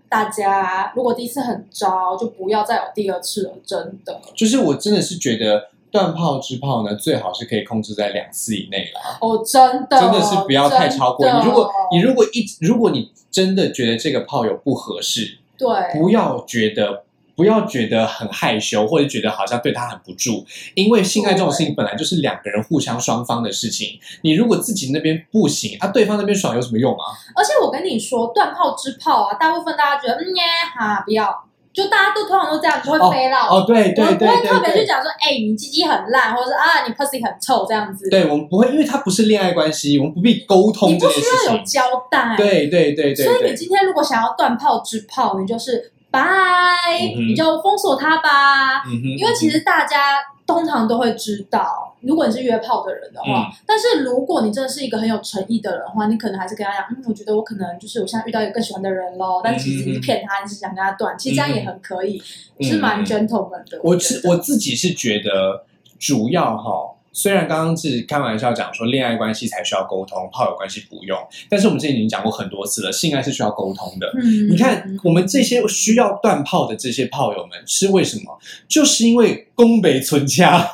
[SPEAKER 2] 大家如果第一次很糟，就不要再有第二次了，真的。
[SPEAKER 1] 就是我真的是觉得断炮之炮呢，最好是可以控制在两次以内啦，
[SPEAKER 2] 哦，真的，
[SPEAKER 1] 真的是不要太超过。
[SPEAKER 2] 真的
[SPEAKER 1] 你如果你如果一如果你真的觉得这个炮友不合适，
[SPEAKER 2] 对
[SPEAKER 1] 不要觉得。不要觉得很害羞，或者觉得好像对他很不住，因为性爱这种事情本来就是两个人互相双方的事情。你如果自己那边不行，啊，对方那边爽有什么用啊？
[SPEAKER 2] 而且我跟你说，断炮之炮啊，大部分大家觉得嗯耶哈不要，就大家都通常都这样，就会飞到。
[SPEAKER 1] 哦，对对
[SPEAKER 2] 我
[SPEAKER 1] 对对
[SPEAKER 2] 们不会特别
[SPEAKER 1] 对
[SPEAKER 2] 去讲说，哎、你鸡鸡很烂，或者是啊，你 pussy 很臭这样子。
[SPEAKER 1] 对，我们不会，因为它不是恋爱关系，我们不必沟通
[SPEAKER 2] 你
[SPEAKER 1] 这
[SPEAKER 2] 不
[SPEAKER 1] 件
[SPEAKER 2] 需
[SPEAKER 1] 事
[SPEAKER 2] 要有
[SPEAKER 1] 情。
[SPEAKER 2] 交代。
[SPEAKER 1] 对对对对
[SPEAKER 2] 所以你
[SPEAKER 1] 对，
[SPEAKER 2] 今天如果想要断炮之炮，你就是拜，
[SPEAKER 1] 嗯哼
[SPEAKER 2] 你就封锁他吧。
[SPEAKER 1] 嗯哼
[SPEAKER 2] 因为其实大家通常都会知道，如果你是约炮的人的
[SPEAKER 1] 嗯
[SPEAKER 2] 话，但是如果你真的是一个很有诚意的人的话，你可能还是跟他讲，嗯，我觉得我可能就是我现在遇到一个更喜欢的人喽，但其实你是骗他，你是想跟他断，其实这样也很可以，是蛮 gentleman 的。
[SPEAKER 1] 嗯我
[SPEAKER 2] 觉
[SPEAKER 1] 自
[SPEAKER 2] 得
[SPEAKER 1] 我自己是觉得，主要哈，虽然刚刚是开玩笑讲说恋爱关系才需要沟通，炮友关系不用，但是我们之前已经讲过很多次了，性爱是需要沟通的。
[SPEAKER 2] 嗯，
[SPEAKER 1] 你看，我们这些需要断炮的这些炮友们是为什么？就是因为宫北存家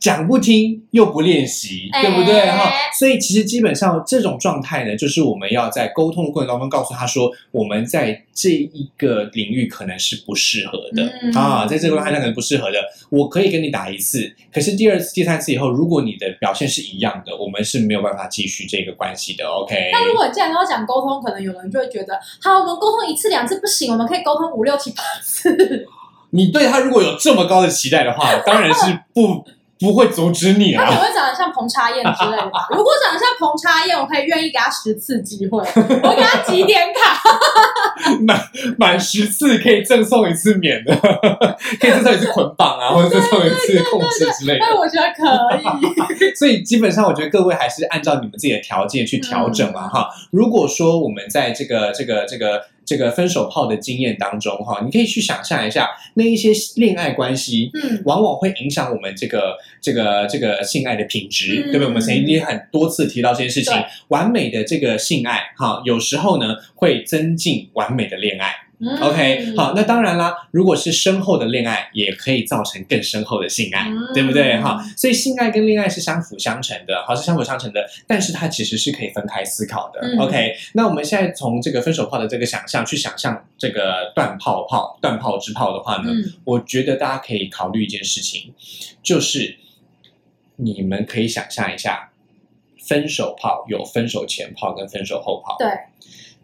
[SPEAKER 1] 讲不听又不练习，
[SPEAKER 2] 哎
[SPEAKER 1] 对不对哈？所以其实基本上这种状态呢，就是我们要在沟通的过程当中告诉他说，我们在这一个领域可能是不适合的、
[SPEAKER 2] 嗯
[SPEAKER 1] 啊，在这个状态上可能不适合的。我可以跟你打一次，可是第二次、第三次以后，如果你的表现是一样的，我们是没有办法继续这个关系的。OK。
[SPEAKER 2] 那如果你既然跟我讲沟通，可能有人就会觉得，好，我们沟通一次两次不行，我们可以沟通五六七八次。
[SPEAKER 1] 你对他如果有这么高的期待的话，当然是不不会阻止你
[SPEAKER 2] 他可能
[SPEAKER 1] 啊。
[SPEAKER 2] 会长得像彭茶燕之类的吧。如果长得像彭茶燕，我可以愿意给他十次机会，我给他几点卡。
[SPEAKER 1] 满满十次可以赠送一次免的， [laughs] 可以赠送一次捆绑啊，或者赠送一次控制之类
[SPEAKER 2] [laughs] 但
[SPEAKER 1] 的。
[SPEAKER 2] 我觉得可以。
[SPEAKER 1] 所以基本上，我觉得各位还是按照你们自己的条件去调整嘛、
[SPEAKER 2] 嗯
[SPEAKER 1] 哈。如果说我们在这个这个这个这个分手炮的经验当中哈，你可以去想象一下那一些恋爱关系，
[SPEAKER 2] 嗯，
[SPEAKER 1] 往往会影响我们这个这个这个性爱的品质，对
[SPEAKER 2] 嗯
[SPEAKER 1] 不对？我们曾经很多次提到这件事情
[SPEAKER 2] 对，
[SPEAKER 1] 完美的这个性爱，哈，有时候呢会增进完美的恋爱。
[SPEAKER 2] 嗯
[SPEAKER 1] OK，好，那当然啦，如果是深厚的恋爱，也可以造成更深厚的性爱，
[SPEAKER 2] 嗯
[SPEAKER 1] 对不对？哈，所以性爱跟恋爱是相辅相成的，好是相辅相成的，但是它其实是可以分开思考的。
[SPEAKER 2] 嗯
[SPEAKER 1] OK，那我们现在从这个分手炮的这个想象去想象这个断炮炮、断炮之炮的话呢，
[SPEAKER 2] 嗯，
[SPEAKER 1] 我觉得大家可以考虑一件事情，就是你们可以想象一下，分手炮有分手前炮跟分手后炮，
[SPEAKER 2] 对。。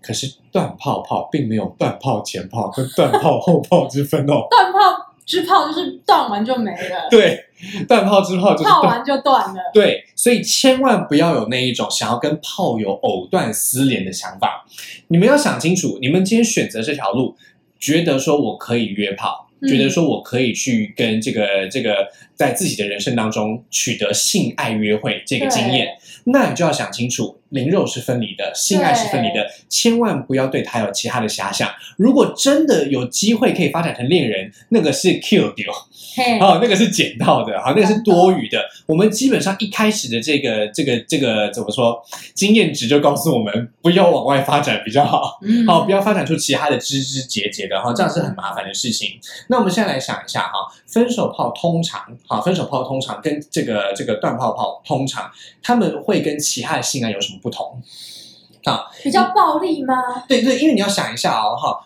[SPEAKER 1] 可是断炮炮并没有断炮前炮跟断炮后炮之分哦
[SPEAKER 2] 断炮之炮就是断完就没了，
[SPEAKER 1] 对，断炮之炮就是
[SPEAKER 2] 泡
[SPEAKER 1] 断。
[SPEAKER 2] 完就断了。
[SPEAKER 1] 对，所以千万不要有那一种想要跟炮友藕断丝连的想法。你们要想清楚，你们今天选择这条路，觉得说我可以约炮，
[SPEAKER 2] 嗯
[SPEAKER 1] [laughs] 觉得说我可以去跟这个这个在自己的人生当中取得性爱约会这个经验，那你就要想清楚，灵肉是分离的，性爱是分离的，千万不要对他有其他的遐想。如果真的有机会可以发展成恋人，那个是 kill 掉。
[SPEAKER 2] 嗯嘿，
[SPEAKER 1] 哦，那个是捡到的，好，那个是多余
[SPEAKER 2] 哦
[SPEAKER 1] 的。我们基本上一开始的这个、这个、这个怎么说，经验值就告诉我们不要往外发展比较好，哦
[SPEAKER 2] 嗯
[SPEAKER 1] 好，不要发展出其他的枝枝节节的哈，这样是很麻烦的事情。那我们现在来想一下哈，分手炮通常，好，分手炮通常跟这个这个断炮炮通常，他们会跟其他的性爱有什么不同？
[SPEAKER 2] 比较暴力
[SPEAKER 1] [laughs]
[SPEAKER 2] 吗？
[SPEAKER 1] 对对，因为你要想一下哦，哈，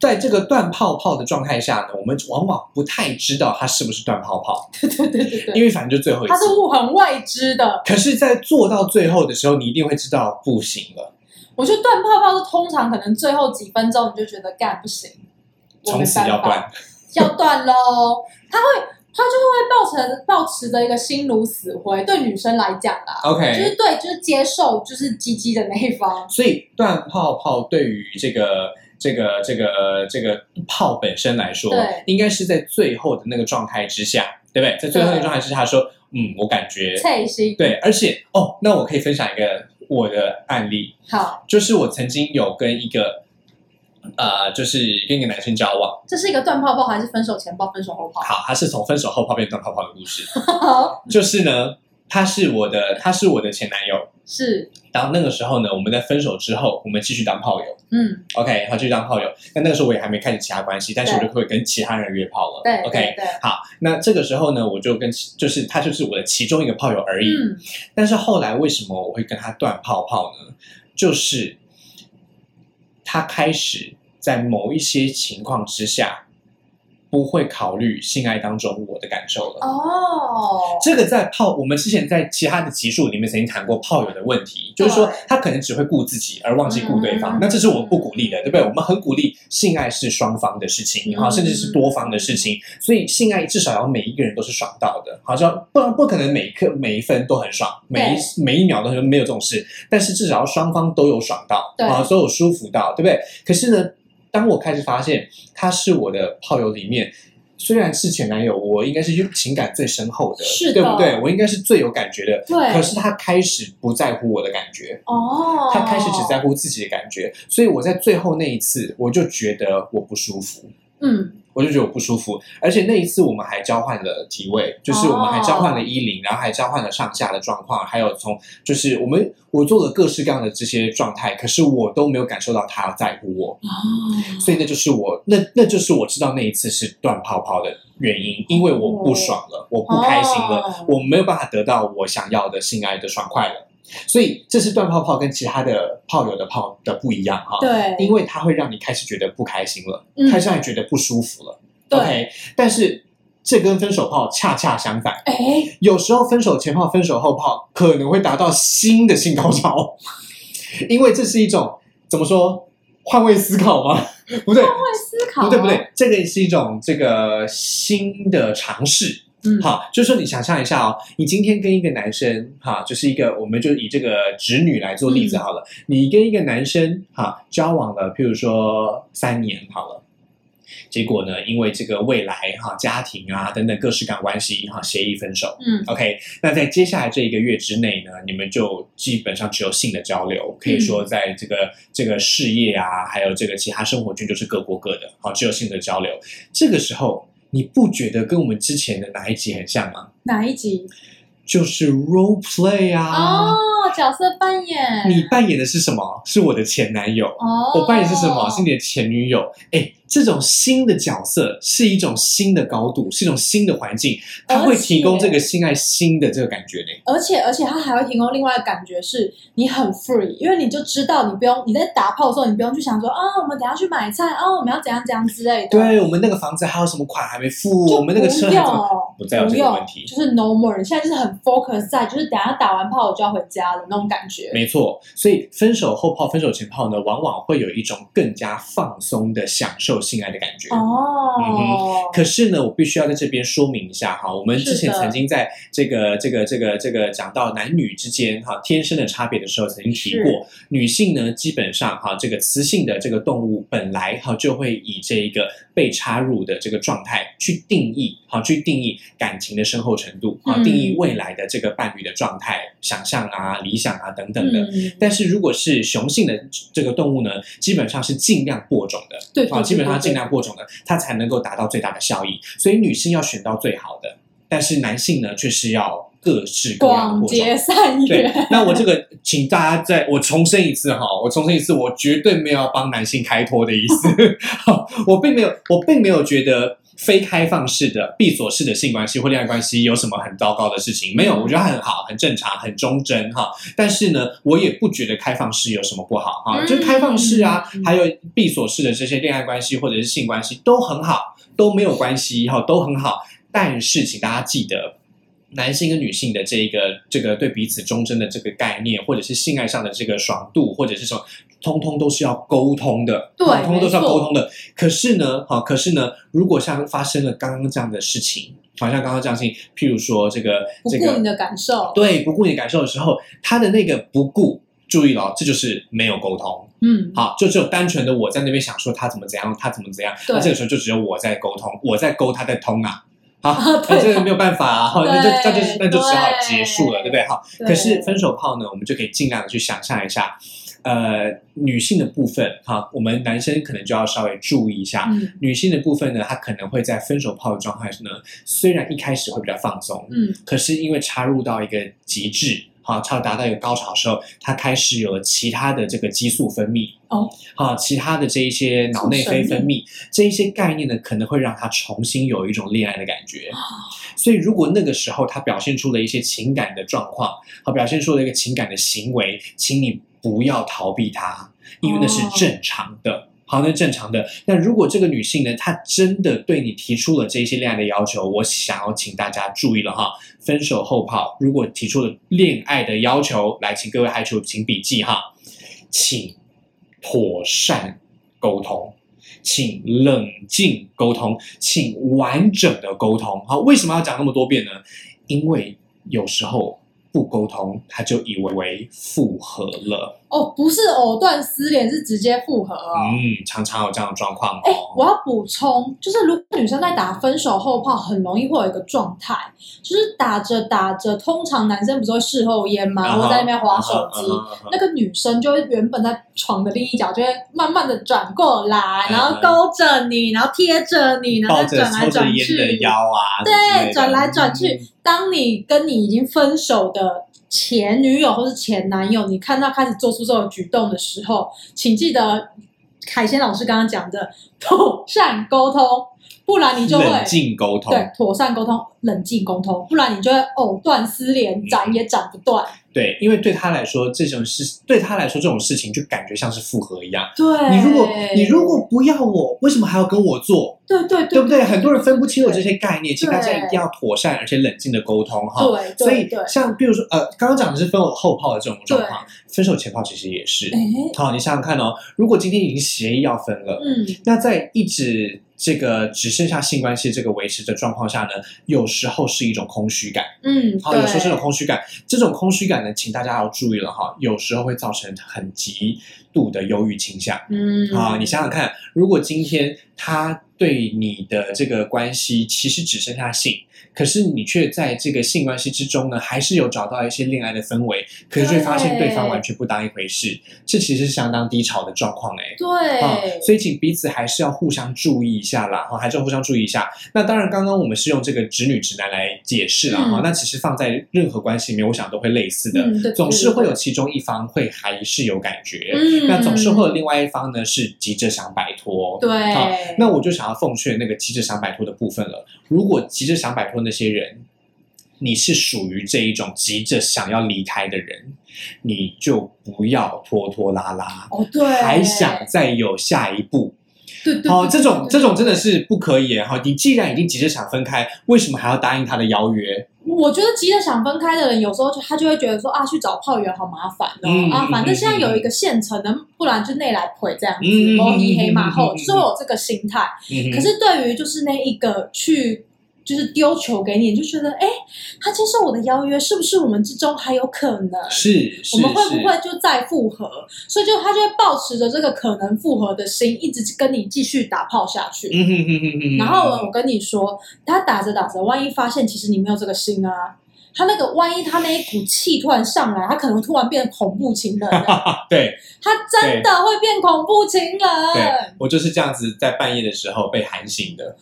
[SPEAKER 1] 在这个断泡泡的状态下呢，我们往往不太知道它是不是断泡泡，
[SPEAKER 2] 对对对对
[SPEAKER 1] 因
[SPEAKER 2] 对，
[SPEAKER 1] 为反正就最后一次，
[SPEAKER 2] 它是物很未知的。
[SPEAKER 1] 可是，在做到最后的时候，你一定会知道不行了，
[SPEAKER 2] 我觉得断泡泡是通常可能最后几分钟你就觉得干不行，我没
[SPEAKER 1] 从此
[SPEAKER 2] 办
[SPEAKER 1] 要
[SPEAKER 2] 法
[SPEAKER 1] 断。
[SPEAKER 2] [laughs] 要断喽。他会，他就是会抱成抱持着一个心如死灰，对女生来讲啦，就
[SPEAKER 1] OK，
[SPEAKER 2] 是对，就是接受就是鸡鸡的那一方。
[SPEAKER 1] 所以断泡泡对于这个这个这个这个泡本身来说
[SPEAKER 2] 对，
[SPEAKER 1] 应该是在最后的那个状态之下，对不对？在最后那个状态之下说，嗯，我感觉
[SPEAKER 2] 脆心，
[SPEAKER 1] 对，而且哦，那我可以分享一个我的案例，
[SPEAKER 2] 好，
[SPEAKER 1] 就是我曾经有跟一个呃，就是跟一个男生交往，
[SPEAKER 2] 这是一个断泡泡还是分手前泡、分手后泡？
[SPEAKER 1] 好，他是从分手后泡变断泡泡的故事。
[SPEAKER 2] 好，
[SPEAKER 1] 就是呢，他是我的，他是我的前男友。
[SPEAKER 2] [laughs] 是，
[SPEAKER 1] 然后那个时候呢，我们在分手之后，我们继续当炮友
[SPEAKER 2] 嗯，
[SPEAKER 1] ，OK，好，继续当炮友。那那个时候我也还没开始其他关系，但是我就会跟其他人约炮了
[SPEAKER 2] 对
[SPEAKER 1] ，OK
[SPEAKER 2] 对。对，
[SPEAKER 1] 好，那这个时候呢，我就跟其就是他就是我的其中一个炮友而已。
[SPEAKER 2] 嗯，
[SPEAKER 1] 但是后来为什么我会跟他断泡泡呢？就是他开始在某一些情况之下，不会考虑性爱当中我的感受了。
[SPEAKER 2] 哦，
[SPEAKER 1] 这个在泡，我们之前在其他的集数里面曾经谈过炮友的问题，就是说
[SPEAKER 2] 对
[SPEAKER 1] 他可能只会顾自己而忘记顾对方，
[SPEAKER 2] 嗯
[SPEAKER 1] 那这是我不鼓励的，对不对？我们很鼓励性爱是双方的事情，
[SPEAKER 2] 嗯
[SPEAKER 1] 好，甚至是多方的事情，所以性爱至少要每一个人都是爽到的，好像不然不可能每一刻每一分都很爽，每一每一秒都很没有这种事，但是至少要双方都有爽到，
[SPEAKER 2] 对
[SPEAKER 1] 啊，都有舒服到，对不对？可是呢，当我开始发现他是我的炮友里面。虽然是前男友，我应该是情感最深厚的，
[SPEAKER 2] 是的
[SPEAKER 1] 对不对？我应该是最有感觉的。
[SPEAKER 2] 对
[SPEAKER 1] 可是他开始不在乎我的感觉，
[SPEAKER 2] 哦，
[SPEAKER 1] 他开始只在乎自己的感觉，所以我在最后那一次，我就觉得我不舒服，
[SPEAKER 2] 嗯，
[SPEAKER 1] 我就觉得我不舒服。而且那一次我们还交换了体位，
[SPEAKER 2] 哦
[SPEAKER 1] 就是我们还交换了衣领，然后还交换了上下的状况，还有从就是我们我做了各式各样的这些状态，可是我都没有感受到他在乎我。
[SPEAKER 2] 哦，
[SPEAKER 1] 所以那就是我那那就是我知道那一次是断泡泡的原因，因为我不爽了，我不开心了，
[SPEAKER 2] 哦
[SPEAKER 1] 我没有办法得到我想要的性爱的爽快了。所以这是断泡泡跟其他的炮友的泡的不一样哈，
[SPEAKER 2] 对，
[SPEAKER 1] 因为它会让你开始觉得不开心了，
[SPEAKER 2] 嗯
[SPEAKER 1] 开始让你觉得不舒服了。
[SPEAKER 2] 对
[SPEAKER 1] OK，但是这跟分手炮恰恰相反，
[SPEAKER 2] 哎，
[SPEAKER 1] 有时候分手前炮、分手后炮可能会达到新的性高潮， [laughs] 因为这是一种怎么说换位思考吗？ [laughs] 不对，
[SPEAKER 2] 会思考，啊哦
[SPEAKER 1] 不哦对不，对，这个是一种这个新的尝试。
[SPEAKER 2] 嗯，
[SPEAKER 1] 好，就是说你想象一下哦，你今天跟一个男生哈，就是一个，我们就以这个直女来做例子好了。
[SPEAKER 2] 嗯
[SPEAKER 1] 你跟一个男生哈交往了，譬如说三年好了，结果呢，因为这个未来哈家庭啊等等各式各样的关系哈协议分手。
[SPEAKER 2] 嗯，
[SPEAKER 1] OK，那在接下来这一个月之内呢，你们就基本上只有性的交流，可以说
[SPEAKER 2] 嗯
[SPEAKER 1] 在这个这个事业啊，还有这个其他生活圈就是各过各的，好，只有性的交流。这个时候，你不觉得跟我们之前的哪一集很像吗？
[SPEAKER 2] 哪一集？
[SPEAKER 1] 就是 role play 啊，
[SPEAKER 2] 哦，角色扮演，
[SPEAKER 1] 你扮演的是什么？是我的前男友。
[SPEAKER 2] 哦，
[SPEAKER 1] 我扮演是什么？是你的前女友。哎，这种新的角色是一种新的高度，是一种新的环境，它会提供这个性爱新的这个感觉呢。
[SPEAKER 2] 而且而且它还会提供另外的感觉是，你很 free，因为你就知道你不用你在打炮的时候，你不用去想说啊，我们等一下去买菜啊，我们要怎样怎样之类的。，
[SPEAKER 1] 对我们那个房子还有什么款还没付？我们那个车还怎么？不再有这
[SPEAKER 2] 不
[SPEAKER 1] 个
[SPEAKER 2] 用
[SPEAKER 1] 问题，
[SPEAKER 2] 就是 no more。你现在就是很 focus 在，就是等一下打完炮我就要回家了那种感觉。
[SPEAKER 1] 没错，所以分手后泡、分手前泡呢，往往会有一种更加放松的享受性爱的感觉。
[SPEAKER 2] 哦，
[SPEAKER 1] 嗯可是呢，我必须要在这边说明一下哈，我们之前
[SPEAKER 2] 是的
[SPEAKER 1] 曾经在这个这个这个这个讲到男女之间哈天生的差别的时候，曾经提过，女性呢基本上哈这个雌性的这个动物本来哈就会以这一个被插入的这个状态去定义哈去定义感情的深厚程度啊，
[SPEAKER 2] 嗯
[SPEAKER 1] 定义未来的这个伴侣的状态、想象啊、理想啊等等的。
[SPEAKER 2] 嗯，
[SPEAKER 1] 但是如果是雄性的这个动物呢，基本上是尽量播种的，
[SPEAKER 2] 对对
[SPEAKER 1] 啊，
[SPEAKER 2] 对
[SPEAKER 1] 基本上
[SPEAKER 2] 对对
[SPEAKER 1] 尽量播种的，它才能够达到最大的效益。所以女性要选到最好的，但是男性呢，却是要各式各样的
[SPEAKER 2] 广
[SPEAKER 1] 播
[SPEAKER 2] 结
[SPEAKER 1] 种。
[SPEAKER 2] 善
[SPEAKER 1] 对
[SPEAKER 2] 缘，，
[SPEAKER 1] 那我这个，请大家再我重申一次哈，我重申一次，我绝对没有要帮男性开脱的意思，
[SPEAKER 2] [laughs]
[SPEAKER 1] 好我并没有，我并没有觉得非开放式的、闭锁式的性关系或恋爱关系有什么很糟糕的事情，没有，
[SPEAKER 2] 嗯
[SPEAKER 1] 我觉得它很好，很正常，很忠贞哈。但是呢，我也不觉得开放式有什么不好哈，
[SPEAKER 2] 嗯
[SPEAKER 1] 就是开放式啊，
[SPEAKER 2] 嗯
[SPEAKER 1] 还有闭锁式的这些恋爱关系或者是性关系都很好，都没有关系哈，都很好。但是，请大家记得。男性跟女性的这一个这个对彼此忠贞的这个概念，或者是性爱上的这个爽度，或者是什么，通通都是要沟通的，
[SPEAKER 2] 对
[SPEAKER 1] 通通都是要
[SPEAKER 2] 没错
[SPEAKER 1] 沟通的。可是呢，好，可是呢，如果像发生了刚刚这样的事情，好像刚刚这样的事情，譬如说这个
[SPEAKER 2] 不
[SPEAKER 1] 这
[SPEAKER 2] 顾你
[SPEAKER 1] 个
[SPEAKER 2] 的感受。
[SPEAKER 1] 对不顾你感受的时候，他的那个不顾，注意了哦，这就是没有沟通。
[SPEAKER 2] 嗯，
[SPEAKER 1] 好，就只有单纯的我在那边想说他怎么怎样，他怎么怎样，
[SPEAKER 2] 对
[SPEAKER 1] 那这个时候就只有我在沟通，我在勾，他在通啊。
[SPEAKER 2] [laughs]
[SPEAKER 1] 好，
[SPEAKER 2] 哦对
[SPEAKER 1] 那这个没有办法啊，好那就
[SPEAKER 2] 对
[SPEAKER 1] 那就是那就只好结束了，对
[SPEAKER 2] 对
[SPEAKER 1] 不对？好，
[SPEAKER 2] 对
[SPEAKER 1] 可是分手炮呢，我们就可以尽量的去想象一下，呃女性的部分哈，我们男生可能就要稍微注意一下。
[SPEAKER 2] 嗯
[SPEAKER 1] 女性的部分呢，她可能会在分手炮的状态呢，虽然一开始会比较放松，
[SPEAKER 2] 嗯
[SPEAKER 1] 可是因为插入到一个极致，好、差达到一个高潮的时候，它开始有了其他的这个激素分泌
[SPEAKER 2] 哦，
[SPEAKER 1] 好、其他的这一些脑内啡分泌这一些概念呢，可能会让他重新有一种恋爱的感觉。所以，如果那个时候他表现出了一些情感的状况，好、表现出了一个情感的行为，请你不要逃避它，因为那是
[SPEAKER 2] 哦
[SPEAKER 1] 正常的。好，那正常的。那如果这个女性呢，她真的对你提出了这一些恋爱的要求，我想要请大家注意了哈。分手后炮，如果提出了恋爱的要求，来，请各位还求请笔记哈，请妥善沟通，请冷静沟通，请完整的沟通。好，为什么要讲那么多遍呢？因为有时候不沟通，他就以为复合了。
[SPEAKER 2] 哦，不是藕断丝连，是直接复合哦。
[SPEAKER 1] 嗯，常常有这样的状况哦。
[SPEAKER 2] 哎、我要补充，就是如果女生在打分手后炮，很容易会有一个状态，就是打着打着，通常男生不是会事后烟
[SPEAKER 1] 啊
[SPEAKER 2] 吗？我在那边划手
[SPEAKER 1] 嗯
[SPEAKER 2] 机。那个女生就会原本在床的另一角，就会慢慢的转过来，
[SPEAKER 1] 嗯
[SPEAKER 2] 然后勾着你，然后贴着你，然后
[SPEAKER 1] 哎抱着
[SPEAKER 2] 再转来
[SPEAKER 1] 抽着
[SPEAKER 2] 转
[SPEAKER 1] 烟的
[SPEAKER 2] 去。
[SPEAKER 1] 腰啊，
[SPEAKER 2] 对，转来转
[SPEAKER 1] 嗯
[SPEAKER 2] 去。当你跟你已经分手的前女友或是前男友，你看他开始做出这种举动的时候，请记得凯先老师刚刚讲的 [laughs] 妥善沟通，不然你就会
[SPEAKER 1] 冷静沟通。
[SPEAKER 2] 对妥善沟通、冷静沟通，不然你就会藕断丝
[SPEAKER 1] 嗯
[SPEAKER 2] 连，斩也斩不断。
[SPEAKER 1] 对，因为对他来说，这种事对他来说这种事情就感觉像是复合一样。
[SPEAKER 2] 对，
[SPEAKER 1] 你如果你如果不要我，为什么还要跟我做？
[SPEAKER 2] 对对
[SPEAKER 1] 对
[SPEAKER 2] 对
[SPEAKER 1] 不对？很多人分不清楚这些概念，请大家一定要妥善而且冷静的沟通哈。
[SPEAKER 2] 对
[SPEAKER 1] 啊所以
[SPEAKER 2] 对对，
[SPEAKER 1] 像比如说呃，刚刚讲的是分手后炮的这种状况，分手前炮其实也是。
[SPEAKER 2] 哎，
[SPEAKER 1] 好，你想想看哦，如果今天已经协议要分了，
[SPEAKER 2] 嗯，
[SPEAKER 1] 那在一直这个只剩下性关系这个维持的状况下呢，有时候是一种空虚感，
[SPEAKER 2] 嗯，
[SPEAKER 1] 好，
[SPEAKER 2] 对
[SPEAKER 1] 有时候是一种空虚感。这种空虚感呢，请大家要注意了哈，有时候会造成很极度的忧郁倾向。
[SPEAKER 2] 嗯
[SPEAKER 1] 啊，你想想看，如果今天他对你的这个关系其实只剩下性，可是你却在这个性关系之中呢，还是有找到一些恋爱的氛围，可是却发现对方
[SPEAKER 2] 对
[SPEAKER 1] 完全不当一回事，这其实是相当低潮的状况哎、
[SPEAKER 2] 对，
[SPEAKER 1] 啊，所以请彼此还是要互相注意一下啦，哈，还是要互相注意一下。那当然，刚刚我们是用这个直女直男来解释了哈、
[SPEAKER 2] 嗯
[SPEAKER 1] 那其实放在任何关系里面，我想都会类似的，
[SPEAKER 2] 嗯对
[SPEAKER 1] 总是会有
[SPEAKER 2] 对
[SPEAKER 1] 其中一方会还是有感觉，
[SPEAKER 2] 嗯，
[SPEAKER 1] 那总是会有另外一方呢是急着想摆脱。好
[SPEAKER 2] 对，
[SPEAKER 1] 那我就想要奉劝那个急着想摆脱的部分了。如果急着想摆脱那些人，你是属于这一种急着想要离开的人，你就不要拖拖拉拉，
[SPEAKER 2] 哦对，
[SPEAKER 1] 还想再有下一步。
[SPEAKER 2] 对对，
[SPEAKER 1] 好、
[SPEAKER 2] 对
[SPEAKER 1] 这种
[SPEAKER 2] 对
[SPEAKER 1] 这种真的是不可以耶哈、你既然已经急着想分开，为什么还要答应他的邀约？
[SPEAKER 2] 我觉得急着想分开的人，有时候就他就会觉得说啊，去找炮友好麻烦哦、
[SPEAKER 1] 嗯
[SPEAKER 2] 啊
[SPEAKER 1] 嗯，
[SPEAKER 2] 反正现在
[SPEAKER 1] 嗯
[SPEAKER 2] 有一个现成的，不然就内来陪这样子，
[SPEAKER 1] 嗯嗯
[SPEAKER 2] 摸黑黑
[SPEAKER 1] 嗯
[SPEAKER 2] 马
[SPEAKER 1] 嗯
[SPEAKER 2] 后，
[SPEAKER 1] 嗯嗯
[SPEAKER 2] 就是会有这个心态。
[SPEAKER 1] 嗯
[SPEAKER 2] 可
[SPEAKER 1] 哼，
[SPEAKER 2] 是对于就是那一个去。就是丢球给你，你就觉得哎、他接受我的邀约，是不是我们之中还有可能？
[SPEAKER 1] 是是
[SPEAKER 2] 我们会不
[SPEAKER 1] 是
[SPEAKER 2] 会就再复合？所以就他就会抱持着这个可能复合的心，一直跟你继续打炮下去。
[SPEAKER 1] 嗯哼哼哼哼，
[SPEAKER 2] 然后我跟你说，他打着打着，万一发现其实你没有这个心啊，他那个万一他那一股气突然上来，他可能突然变恐怖情人了，
[SPEAKER 1] [laughs] 对，
[SPEAKER 2] 他真的会变恐怖情
[SPEAKER 1] 对
[SPEAKER 2] 人。
[SPEAKER 1] 我就是这样子，在半夜的时候被喊醒的。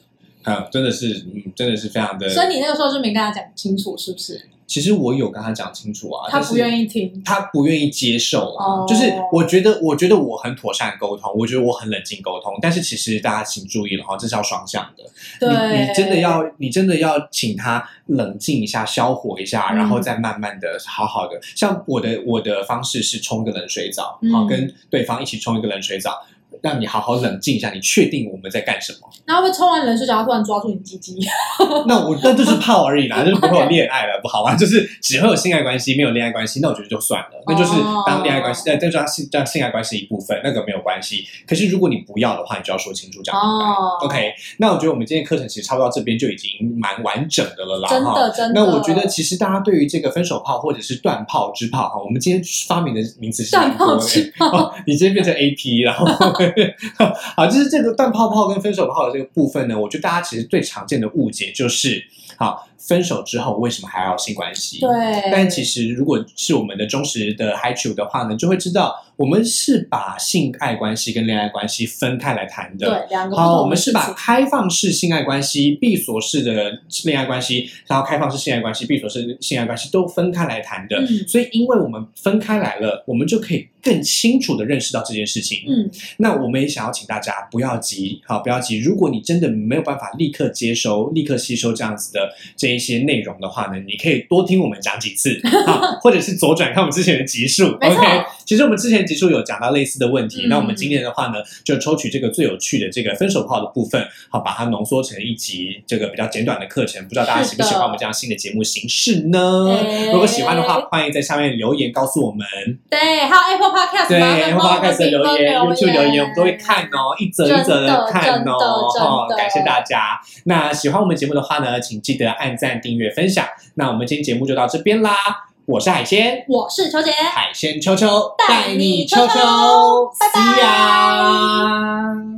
[SPEAKER 1] 嗯，真的是，嗯，真的是非常的。
[SPEAKER 2] 所以你那个时候就没跟他讲清楚，是不是？
[SPEAKER 1] 其实我有跟他讲清楚啊，
[SPEAKER 2] 他不愿
[SPEAKER 1] 意，
[SPEAKER 2] 意听。
[SPEAKER 1] 他不愿意接受啊。
[SPEAKER 2] 哦
[SPEAKER 1] 就是我觉得，我觉得我很妥善沟通，我觉得我很冷静沟通，但是其实大家请注意了哈，这是要双向的。
[SPEAKER 2] 对，
[SPEAKER 1] 你你真的要，你真的要请他冷静一下，消火一下，
[SPEAKER 2] 嗯
[SPEAKER 1] 然后再慢慢的、好好的。像我的我的方式是冲个冷水澡，
[SPEAKER 2] 嗯
[SPEAKER 1] 好跟对方一起冲一个冷水澡，让你好好冷静一下，你确定我们在干什么。
[SPEAKER 2] 然后会冲完冷水澡，他突然抓住你鸡鸡。 [laughs]
[SPEAKER 1] 那我那就是泡而已啦，就是不会有恋爱了，不好玩，就是只会有性爱关系，没有恋爱关系，那我觉得就算
[SPEAKER 2] 哦
[SPEAKER 1] 了，那就是当恋爱关系，那就是当性当性爱关系一部分，那个没有关系。可是如果你不要的话，你就要说清楚讲明白。
[SPEAKER 2] 哦
[SPEAKER 1] OK，那我觉得我们今天课程其实差不多到这边就已经蛮完整的了啦，
[SPEAKER 2] 真
[SPEAKER 1] 哈
[SPEAKER 2] 的，真的。
[SPEAKER 1] 那我觉得其实大家对于这个分手炮或者是断炮、支炮啊哈，我们今天发明的名词是蛮多的
[SPEAKER 2] 断炮支
[SPEAKER 1] 哦，你今天变成 A P，然后 [laughs] 好，就是这个断炮炮跟分手炮的这个部分呢，我觉得大家其实最常见的误解就是，好，分手之后为什么还要性关系？
[SPEAKER 2] 对，
[SPEAKER 1] 但其实如果是我们的忠实的 Hi 主的话呢，就会知道我们是把性爱关系跟恋爱关系分开来谈的。
[SPEAKER 2] 对两个不同的事情
[SPEAKER 1] 好，我们是把开放式性爱关系、闭锁式的恋爱关系，然后开放式性爱关系、闭锁式性爱关系都分开来谈的。
[SPEAKER 2] 嗯
[SPEAKER 1] 所以，因为我们分开来了，我们就可以更清楚的认识到这件事情。
[SPEAKER 2] 嗯，
[SPEAKER 1] 那我们也想要请大家不要急，好，不要急。如果你真的没有办法立刻接收、立刻吸收这样子的这一些内容的话呢，你可以多听我们讲几
[SPEAKER 2] [laughs]
[SPEAKER 1] 次，啊，或者是左转看我们之前的集数。
[SPEAKER 2] 没错
[SPEAKER 1] OK，其实我们之前的集数有讲到类似的问题，
[SPEAKER 2] 嗯
[SPEAKER 1] 那我们今天的话呢，就抽取这个最有趣的这个分手炮的部分，好，把它浓缩成一集这个比较简短的课程。不知道大家喜不喜
[SPEAKER 2] 是的
[SPEAKER 1] 欢我们这样新的节目形式呢？
[SPEAKER 2] 哎
[SPEAKER 1] 嗯如果喜欢的话，欢迎在下面留言告诉我们。
[SPEAKER 2] 对，还有 Apple [laughs] Podcast，
[SPEAKER 1] 对
[SPEAKER 2] 麻烦帮我们
[SPEAKER 1] Podcast 的
[SPEAKER 2] 评
[SPEAKER 1] 留
[SPEAKER 2] 分
[SPEAKER 1] 言、
[SPEAKER 2] 留
[SPEAKER 1] YouTube 留言，我们都会看。哦，一则一则地看
[SPEAKER 2] 真的真的
[SPEAKER 1] 哦。哦，
[SPEAKER 2] 真的
[SPEAKER 1] 感谢大家。那喜欢我们节目的话呢，请记得按赞、订阅、分享。那我们今天节目就到这边啦，我是海鲜，
[SPEAKER 2] 我是秋姐，
[SPEAKER 1] 海鲜秋秋
[SPEAKER 2] 带你秋秋
[SPEAKER 1] 秋秋，
[SPEAKER 2] 拜拜
[SPEAKER 1] See ya